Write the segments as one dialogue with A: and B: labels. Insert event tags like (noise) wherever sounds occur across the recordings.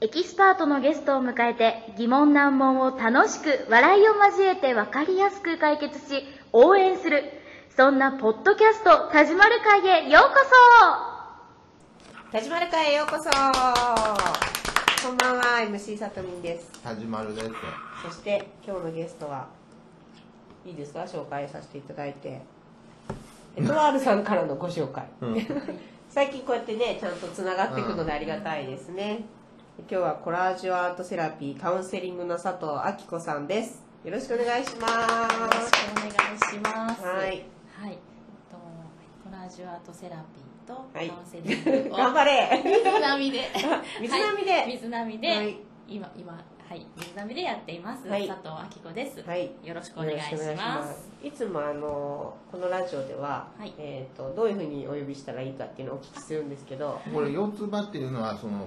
A: エキスパートのゲストを迎えて疑問難問を楽しく笑いを交えて分かりやすく解決し応援するそんなポッドキャスト「田島る会」へようこ
B: 田島る会へようこそこんばんは MC さとみんです
C: 田島るです。
B: そして今日のゲストはいいですか紹介させていただいてエトワールさんからのご紹介
C: うん、
B: (laughs) 最近こうやってねちゃんとつながっていくのでありがたいですね、今日はコラージュアートセラピーカウンセリングの佐藤明子さんですよろしくお願いし
D: よ
B: ま
D: ろし
B: す
D: くお願いします。
B: はい。
D: はい。えっとコラージュアートセラピーと
B: はい
D: カウンセリングを
B: 頑張れ
D: 水波で
B: (laughs) 水波で
D: はい水波で、
B: はい
D: 今今はい水波でやっています、
B: はい
D: 佐藤明子です、
B: はい
D: よろしくお願いします
B: よろくお願いしますいつもあのこのラジオでは、
D: はい
B: えー、とどういうふうにお呼びしたらいいかっていうのをお聞きするんですけど
C: これ四つ葉っていうのはその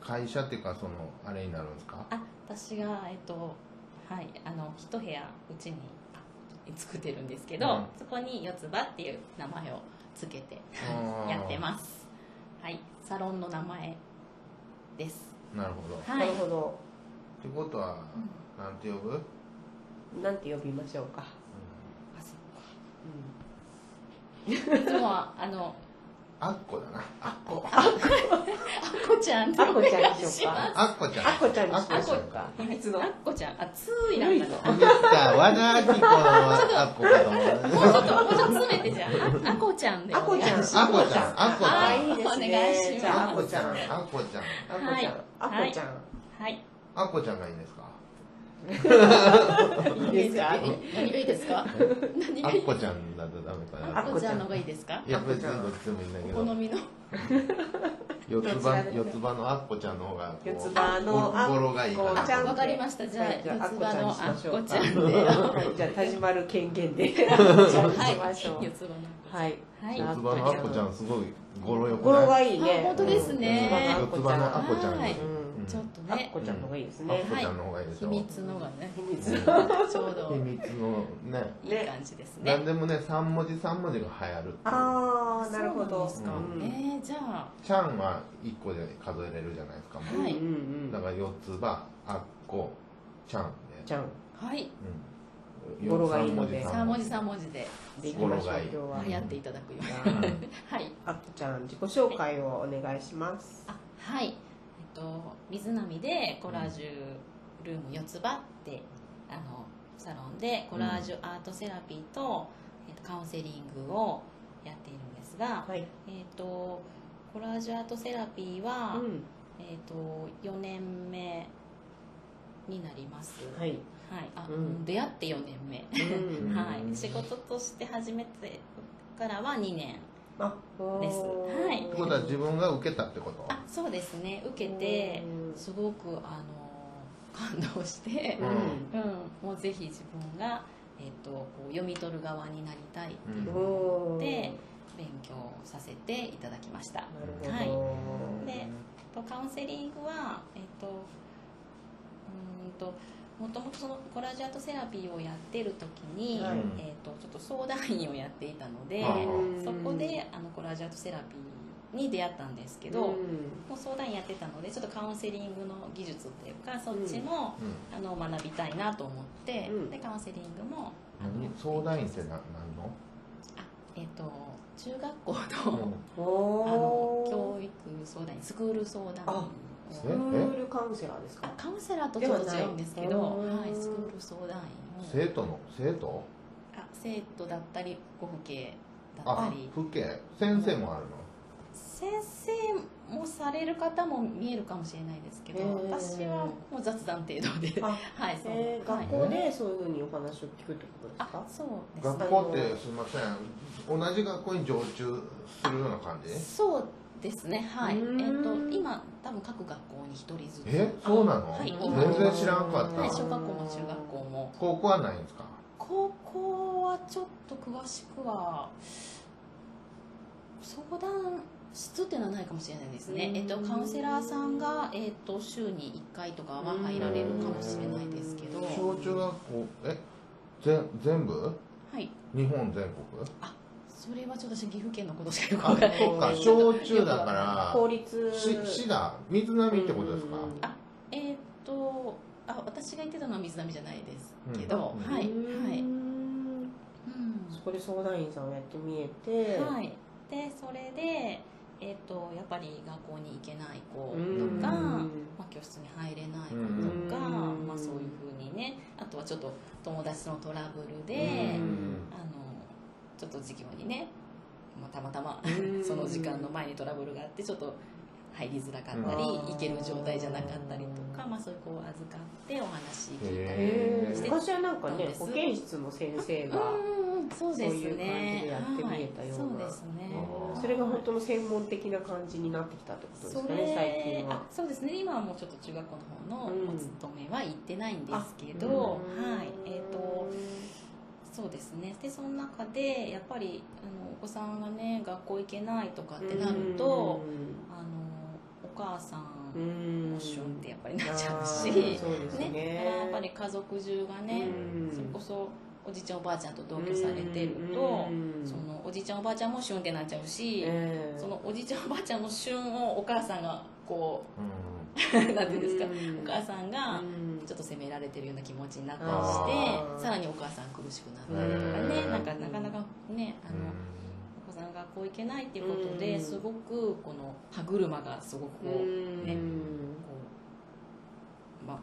C: 会社っていうかそのあれになるんですか。
D: あ私がえっとはいあの一部屋うちにあ作ってるんですけど、
C: うん
D: そこに四つ葉っていう名前をつけて
C: あー
D: やってますはいサロンの名前です
C: なるほど。
D: はい
B: なるほど、
C: ってことは、なんて呼ぶ？うん
B: なんて呼びましょうか、
D: あそういつもはあの
C: あっこだな。あっこ。
D: あこちゃん
B: あこちゃんでしょうか
C: あっこちゃん。
B: あこちゃんにし
C: あ
B: ま
C: っ
B: し
C: こ
B: ょう
C: ちゃん
B: か
C: か。
B: 秘密の
D: あっこちゃんあつーいなんだ
B: つ
D: な
C: ミスター和田アキ子のあっこかと思う。
D: もうちょっともうちょっと詰めてじゃあああこちゃんで
B: あこちゃん
C: あっこちゃん。あっこち
B: あ
C: ゃ
B: ー
C: ん。
B: いいですね
D: はいお願いします
B: じゃああ
C: あっ
B: こ
C: こ
B: ち
C: ち
B: ゃ
C: ゃ
B: ん
C: ん
B: あ。
C: あっこちゃん。
B: こちゃんあ
D: はい
B: こちゃん、
D: はい
C: あっこちゃんがいいんですか。
B: い、いですか
D: 何がいいですか何
C: あ
D: が
C: っ
D: いい
C: こちゃんだとダメか
D: あ
C: な。
D: こちゃんの方がいいですか
C: いや別にどっちでもいいんだ
D: お
C: けど。
D: 好みの
C: 四つ
B: どちら
C: 葉
B: でも
C: 四つ葉のあっこちゃんの方がこう
B: 四つ葉のあっこ
C: 語呂がいいか
B: ちゃん
C: な
D: わかりましたじゃあ
B: はいじゃあ
D: 四つ葉のあ
B: あ
D: っ
B: っこちゃんにしましょ
D: こ
B: う
D: ちゃんで
B: はいじゃあ田島る権限でじゃあ行きましょう
D: はい四つ葉の
B: はい
D: はい
C: 四つ葉のあっこちゃんすごい語呂よく
B: 語呂が
C: ない
B: いね
D: あ本当ですね
C: 四つ葉のあっこちゃん
D: は
C: が
D: い
B: うん
D: ちょっと
B: あっ
D: ね
B: こちゃんの方がいいです
C: あっ
B: ね
C: こちゃんの方がいいでし
D: 秘
C: ょ
D: 密のがね
B: 秘密
D: ちょう
C: 秘
D: ど
C: 密のね
D: いい感じですね
C: 何でもね三文字三文字が流行る
B: ああなるほ
D: そうなん
B: ど
D: ですか
C: う
D: えーじゃあ
C: ちゃんは一個で数えれるじゃないですかもう
D: は
B: う
D: い
B: んうんう
C: だ
B: ん
C: から四つ葉あっこちゃん
B: ち
C: で
B: ゃん
D: はい
C: うん
B: 語呂がいいので
D: 三文字三文字で
B: でいきましょう
C: 語呂がいい
B: 今日は
D: 流行っていただくよう
C: うん
D: にはい
B: あっこちゃん自己紹介をお願いします
D: あはい、えっと、水波でコラージュルーム四つ葉ってあのサロンでコラージュアートセラピーと、えっと、カウンセリングをやっているんですが、
B: はい
D: えっと、コラージュアートセラピーは、
B: うん
D: えっと、4年目になります、
B: は
D: はい
B: い
D: あ
B: うん
D: うん出会って4年目、
B: うん
D: はい、仕事として始めてからは2年
B: あ
D: ですはい
C: ってことは自分が受けたってこと
D: あそうですね受けて
B: うん
D: すごくあの感動して
B: う、ん
D: うんもうぜひ自分が、えっとこう読み取る側になりたいっていう
C: うん
B: おー
D: で勉強させていただきました
B: なるほど
D: でとカウンセリングはえっ、とうーんともともとそのコラージュアートセラピーをやってる時に、
B: はい
D: えっとちょっと相談員をやっていたので、
C: はあは
B: うん
D: そこであのコラージュアートセラピーに出会ったんですけど、
B: うん
D: もう相談やってたのでちょっとカウンセリングの技術っていうかそっちも、
C: うん
D: あの学びたいなと思って、
B: うん
D: でカウンセリングもあの
C: 何相談員ってな何の
D: あえっ、と中学校の,、
B: お
D: あの
B: ー
D: 教育相談員スクール相談員
B: あスク
C: え
D: を
B: ールカウンセラーです
D: あ
B: か
D: カウンセラーとちょっと違うんですけ
B: で
D: ど
B: はない
D: は
B: う
D: い、
B: ん
D: スクール相談員を
C: 生徒の生徒
D: あ生徒だったりご父兄だった
C: あ
D: り
C: 父兄先生もあるの
D: 先生もされる方も見えるかもしれないですけど
B: へー
D: 私はもう雑談程度で
B: あ
D: はいそう、
B: えー
D: はい
B: 学校でそういうふうにお話を聞くってことです
D: あ
B: か
D: そうですね
C: 学校ってすみません同じ学校に常駐するような感じ
D: そうですねはいえっ
B: う、ーん
D: と今多分各学校に一人ずつ
C: えそうなの、
D: はい今
C: 全然知らんかった、
D: はい
B: しょ
D: 小学校も中学校も
C: 高校はないんですか
D: 高校はちょっと詳しくは相談室っていうのはないかもしれないですね
B: う、ーん
D: えっと、カウンセラーさんが、えっと、週に1回とかは入られるかもしれないですけど
B: うーん
C: 小中学校えぜ全部
D: はい
C: 日本全国
D: あそれはちょっと私岐阜県のことしかよく
C: あ
D: わからない
C: そうか
D: ちょっと
C: 焼酎だか
B: 法
C: ら
B: 律
C: し滋賀水波ってことですか
B: うん、
D: あえーっとあ私が言ってたのは水波じゃないですけ
C: う
D: ど、
C: ん
D: はいはいう
B: んそこで相談員さんをやってみえて、
D: うんはい、でそれで、えーっとやっぱり学校に行けない子、
B: うん
D: とか
B: うん
D: まあ、教室に入れない
C: うん
D: 子とか、
B: うん
D: まあ、そういうふうにねあとはちょっと友達とのトラブルで、
C: うん
D: あのちょっと授業にね、まあ、たまたま
B: うん
D: (laughs) その時間の前にトラブルがあってちょっと入りづらかったり、
B: うん
D: 行ける状態じゃなかったりとか、まあ、そういう子を預かってお話聞いたり。
B: へ
C: へ
B: ー
C: ー
B: 昔はなんか
D: そう
B: ね
D: です
B: 保健室の先生
D: う
B: が、
D: んうんうん、そうです
B: そ
D: ね。
B: ういう感じでやってみえたような
D: はいそうですね。
C: あー
B: それが本当の専門的な感じになってきたってことです
D: そ
B: かね
D: れ
B: 最近は
D: あそうですね今はもうちょっと中学校の方の
B: うん
D: お勤めは行ってないんですけど、
B: うん
D: はいえっ、とそうですねでその中でやっぱりあのお子さんがね学校行けないとかってなると、あのお母さん
B: うんうん
D: の旬ってやっぱりなっちゃう
B: あ
D: し、
B: ーそうですね
D: ねやっぱり家族中がね、
B: うん
D: それこそおじいちゃんおばあちゃんと同居されてると、
B: うん
D: そのおじいちゃんおばあちゃんも旬ってなっちゃうし、
B: ええ
D: そのおじいちゃんおばあちゃんの旬をお母さんがこう
C: う
D: なんていうんですか、
B: うん
D: お母さんが
B: うん
D: ちょっと責められてるような気持ちになったり
B: あ
D: し
B: ー
D: てさらにお母さん苦しくなったりとかね、
C: うん
D: なんかなかなかねあの、
C: ん
D: お子さんが学校行けないっていうことで、
B: うん
D: すごくこの歯車がすごくこう、
B: うん
D: ねこうまあ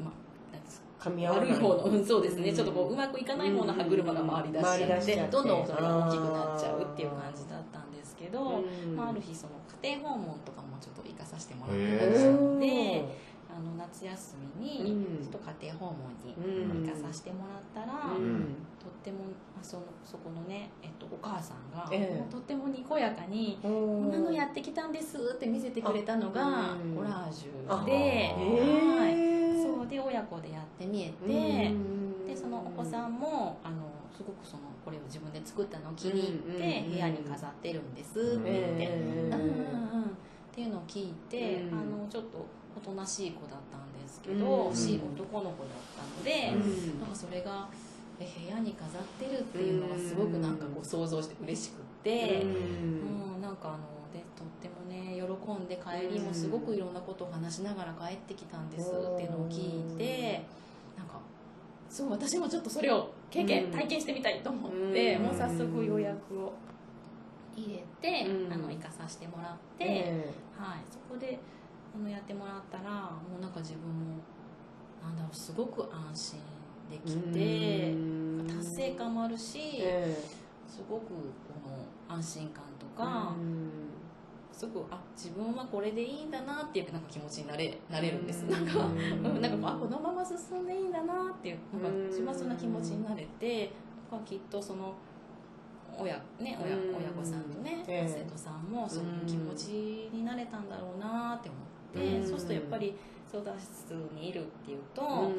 D: まあなんですか
B: 噛み合わな
D: 悪い
B: い
D: 方の、うん、そうですね、
B: うん
D: ちょっとこううまくいかない方の歯車が回り出しちゃって,、
B: うん
D: どんどんそれが大きくなっちゃうっていう感じだったんですけど、
B: うん
D: まあ、ある日その家庭訪問とかもちょっと行かさせてもらっ
C: へ
D: てまし
C: ー
D: たのであの夏休みに
B: うん
D: ちょっと家庭訪問
B: う
D: に
B: ん
D: 行かさせてもらったら、
B: うん
D: とってもあそのそこのね、えっと、お母さんが、
B: ええ
D: もうとってもにこやかに
B: う
D: 「こん
B: ん
D: なのやってきたんです」って見せてくれたの
B: あ
D: が
B: うん
D: コラージ
B: あ
D: ュで
C: え、
D: はい、
B: え
D: そうで親子でやってみえて。でそのお子さんもあのすごくそのこれを自分で作ったのを気に入って
B: うん
D: 部屋に飾ってるんですって言って、
B: え
D: うんうん
B: え
D: うん、っていうのを聞いて、
B: うん
D: あのちょっとおとなしい子だったんですけ
B: う
D: ど、
B: ん
D: し男の子だったので、
B: うん
D: なんかそれがえ部屋に飾ってるっていうのがすごくなんかこう想像して嬉しくって、
B: うん
D: うんなんかあのでとってもね喜んで帰りもすごくいろんなことを話しながら帰ってきたんですっていうのを聞いてなんかすごい私もちょっとそれを経験、
B: うん
D: 体験してみたいと思って、
B: うん
D: もう早速予約を入れて、
B: うん
D: あの行かさせてもらって、
B: え
D: はい、そこであのやってもらったらもうなんか自分もなんだろうすごく安心で
B: え
D: きて
B: うん
D: 達成感もあるし、
B: え
D: すごくこの安心感と
B: え
D: か、
B: うん
D: すごくあ自分はこれでいいんだなっていうなんか気持ちになれなれるんです、
B: うん
D: なんか、
C: うん
D: うんなんかこうあこのまま進んでいいんだなっていうなんか
B: うん
D: 自分はそんな気持ちになれて、なんかきっとその親,、ね、親
B: うん
D: 親御さんとね、
B: ええ
D: 生徒さんもそういう気持ちになれたんだろうなって思って、
B: うん
D: そうするとやっぱり相談室にいるっていうと、あの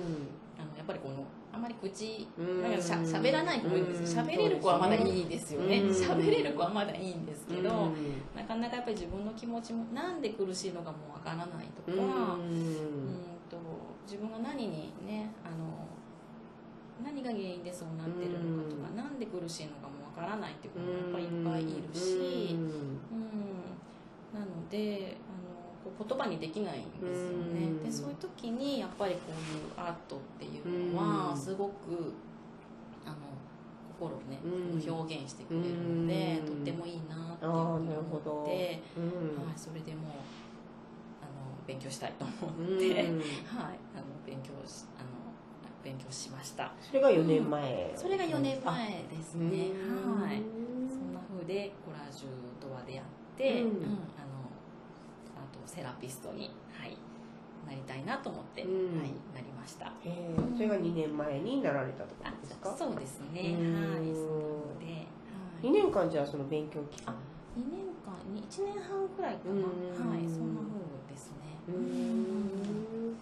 D: やっぱりこのあんまり口
B: うん
D: なんかしゃ喋らない子もいるんです
B: うん
D: 喋れる子はまだいいですよね
B: うん
D: 喋、れる子はまだいいんですけど、
B: うん
D: なかなかやっぱり自分の気持ちもなんで苦しいのかもわからないとか、うんと自分が何にねあの何が原因でそうなってるのかとか、
B: う
D: なんで苦しいのかもわからないっていう子も
B: うん
D: やっぱりいっぱいいるし
B: う、ん
D: うん、なのであのこう言葉にできないんですよ
B: う
D: ね、
B: ん
D: でそういう時にやっぱりこういうアートっていうの
B: う
D: は
B: ん
D: すごくあの心をね、
B: うん
D: 表現してくれるので、
B: うん
D: とってもいいなっていうふう
B: ああ
D: に
B: なるほ
D: 思っ
B: ど
D: て、
B: うん
D: はい、それでもうあの勉強したいと思って、
B: う
D: はい
B: ん
D: あの勉強しあの勉強しました
B: それが4年前
D: それが4年前です
B: う
D: ね
B: ん
D: はいそんな風でコラージュドアでやって、
B: うん
D: うんあのあとセラピストに、はい、なりたいなと思って、
B: うん
D: はい、なりました
B: へえそれが2年前になられたってこ
D: あ
B: とですか
D: そうですねはい
B: うん
D: そんなので、はい、
B: 2年間じゃあその勉強期間
D: 二年間に1年半くらいか
B: うん
D: なはいそんな風ですねうん
B: ん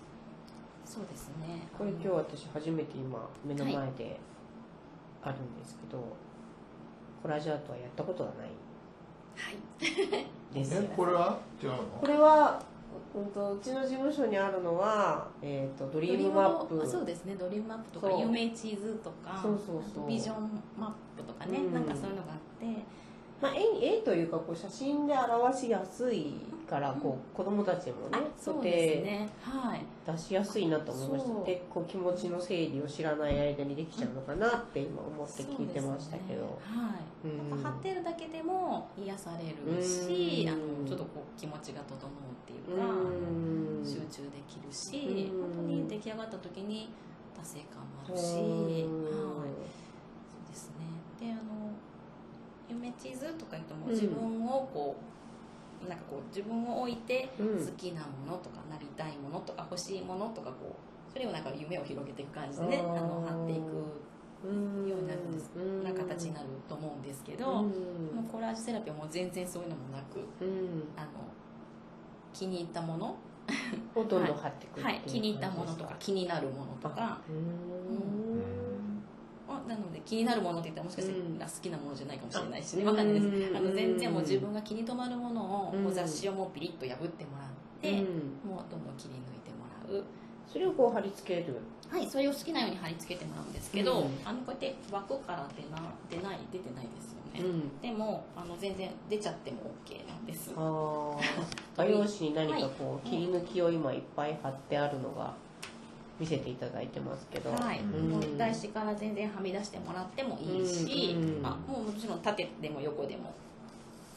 D: そうですね
B: これ今日
D: あの
B: 私初めて今目の前であるんですけど、コラージュアートはやったことがない
D: はい
B: です
C: えこれは違うの
B: これはうんとうちの事務所にあるのは、えー、とド
D: ド
B: リームマップ
D: あそうですねドリームマップとか
B: そう
D: 夢地図とか
B: そうそうそう
D: あとビジョンマップとかね、
B: うん
D: なんかそういうのがあって
B: まあ、絵絵というかこう写真で表しやすいからこう子供たちもね
D: あ
B: 固
D: そうです
B: 定
D: ねはい
B: 出しやすいなと思いまし
D: そう
B: たでこう気持ちの整理を知らない間にできちゃうのかなって今思って聞いてましたけど
D: そうですねはい、
B: うん
D: なんか貼ってるだけでも癒される
B: う
D: し、
B: ん
D: あのちょっとこう気持ちが整うっていううか、
B: ん
D: 集中できるし、
B: うん
D: 本当に出来上がった時に達成感もあるし、
B: うん
D: はいそうですねであの夢地図とか言うともう
B: うん
D: 自分をこう、なんかこう自分を置いて
B: う
D: 好
B: ん
D: きなものとかなりたいものとか欲しいものとかこうそれをなんか夢を広げていく感じでね
B: あ
D: あ
B: ー
D: の貼ってい
B: うん
D: ようになるんです
B: うん
D: くな形になると思うんですけど、
B: うん
D: もうコラージュセラピーはもう全然そういうのもなく
B: うん
D: あの気に入ったもの、
B: をどんどん貼っていくっていう
D: はい、気に入ったものと
B: 感
D: か
B: じです
D: 気になるものとか
B: うーん
D: あなので気になるものって言ったらもしかした
B: うん
D: ら好きなものじゃないかもしれないし
B: う
D: ね
B: ん
D: わかんないで
B: うん
D: すあの全然もう自分が気に留まるものを
B: うん
D: こう雑誌をもうピリッと破ってもらって
B: うん
D: もうどんどん切り抜いてもらう
B: それをこう貼り付ける
D: はいそれを好きなように貼り付けてもらうんですけど、
B: うん
D: あのこうやって枠から出な出ない出てないですよ
B: う
D: ね、
B: ん
D: でもあの全然出ちゃっても OK なんです
B: ああ
D: (laughs)
B: 画用紙に何かこう切り抜きを今いっぱい貼ってあるのが見せていただいてますけど、
D: はい、
C: うん
D: もう台紙から全然はみ出してもらってもいいし、
B: うんうん
D: あもうもちろん縦でも横でも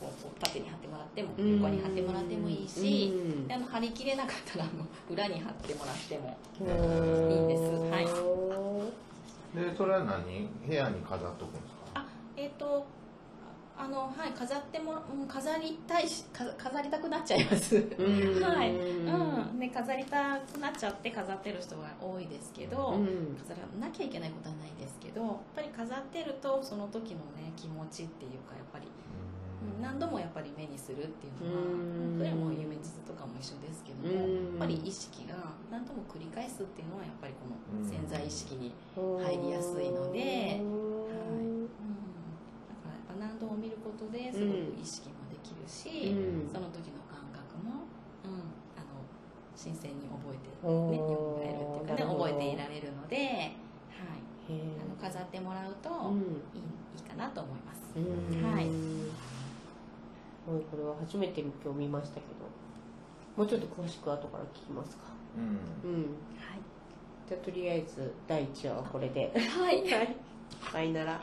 D: こうこう縦に貼ってもらっても
B: うん
D: 横に貼ってもらってもいいし、
B: うん
D: であの貼り切れなかったらあの裏に貼ってもらっても
B: いい
D: いいですはい
C: でそれは何部屋に飾っとくんですか
D: あえっ、とあのはい飾ってもうん飾りたいしか飾りたくなっちゃいます、
C: ん
D: はい、うんね、飾りたくなっちゃって飾ってる人が多いですけど、
B: うん
D: 飾らなきゃいけないことはないですけどやっぱり飾ってるとその時のね気持ちっていうかやっぱりうん何度もやっぱり目にするっていうのは
B: うん
D: それはもう夢実とかも一緒ですけどもやっ
B: うん
D: ぱり意識が何度も繰り返すっていうのはやっぱりこ
C: うん
D: の潜在意識に、入りやすいのではいだからやっぱ何度も見ることですごく意識もできるし、
B: うん
D: その時の感覚も、うん、あの新鮮に覚えて、
B: おー
D: ね、よみがえるっていうか
B: なる
D: ね
B: ほど
D: 覚えていられるので、はい、
B: へ
D: あの飾ってもらうと、
B: ーうん
D: いいいいかなと思います。
B: うん
D: はい
B: もうこれは初めて今日見ましたけどもうちょっと詳しく後から聞きますか
C: うん
B: うん
D: は
B: じゃあとりあえず第1話はこれで
D: い、はい
B: さよなら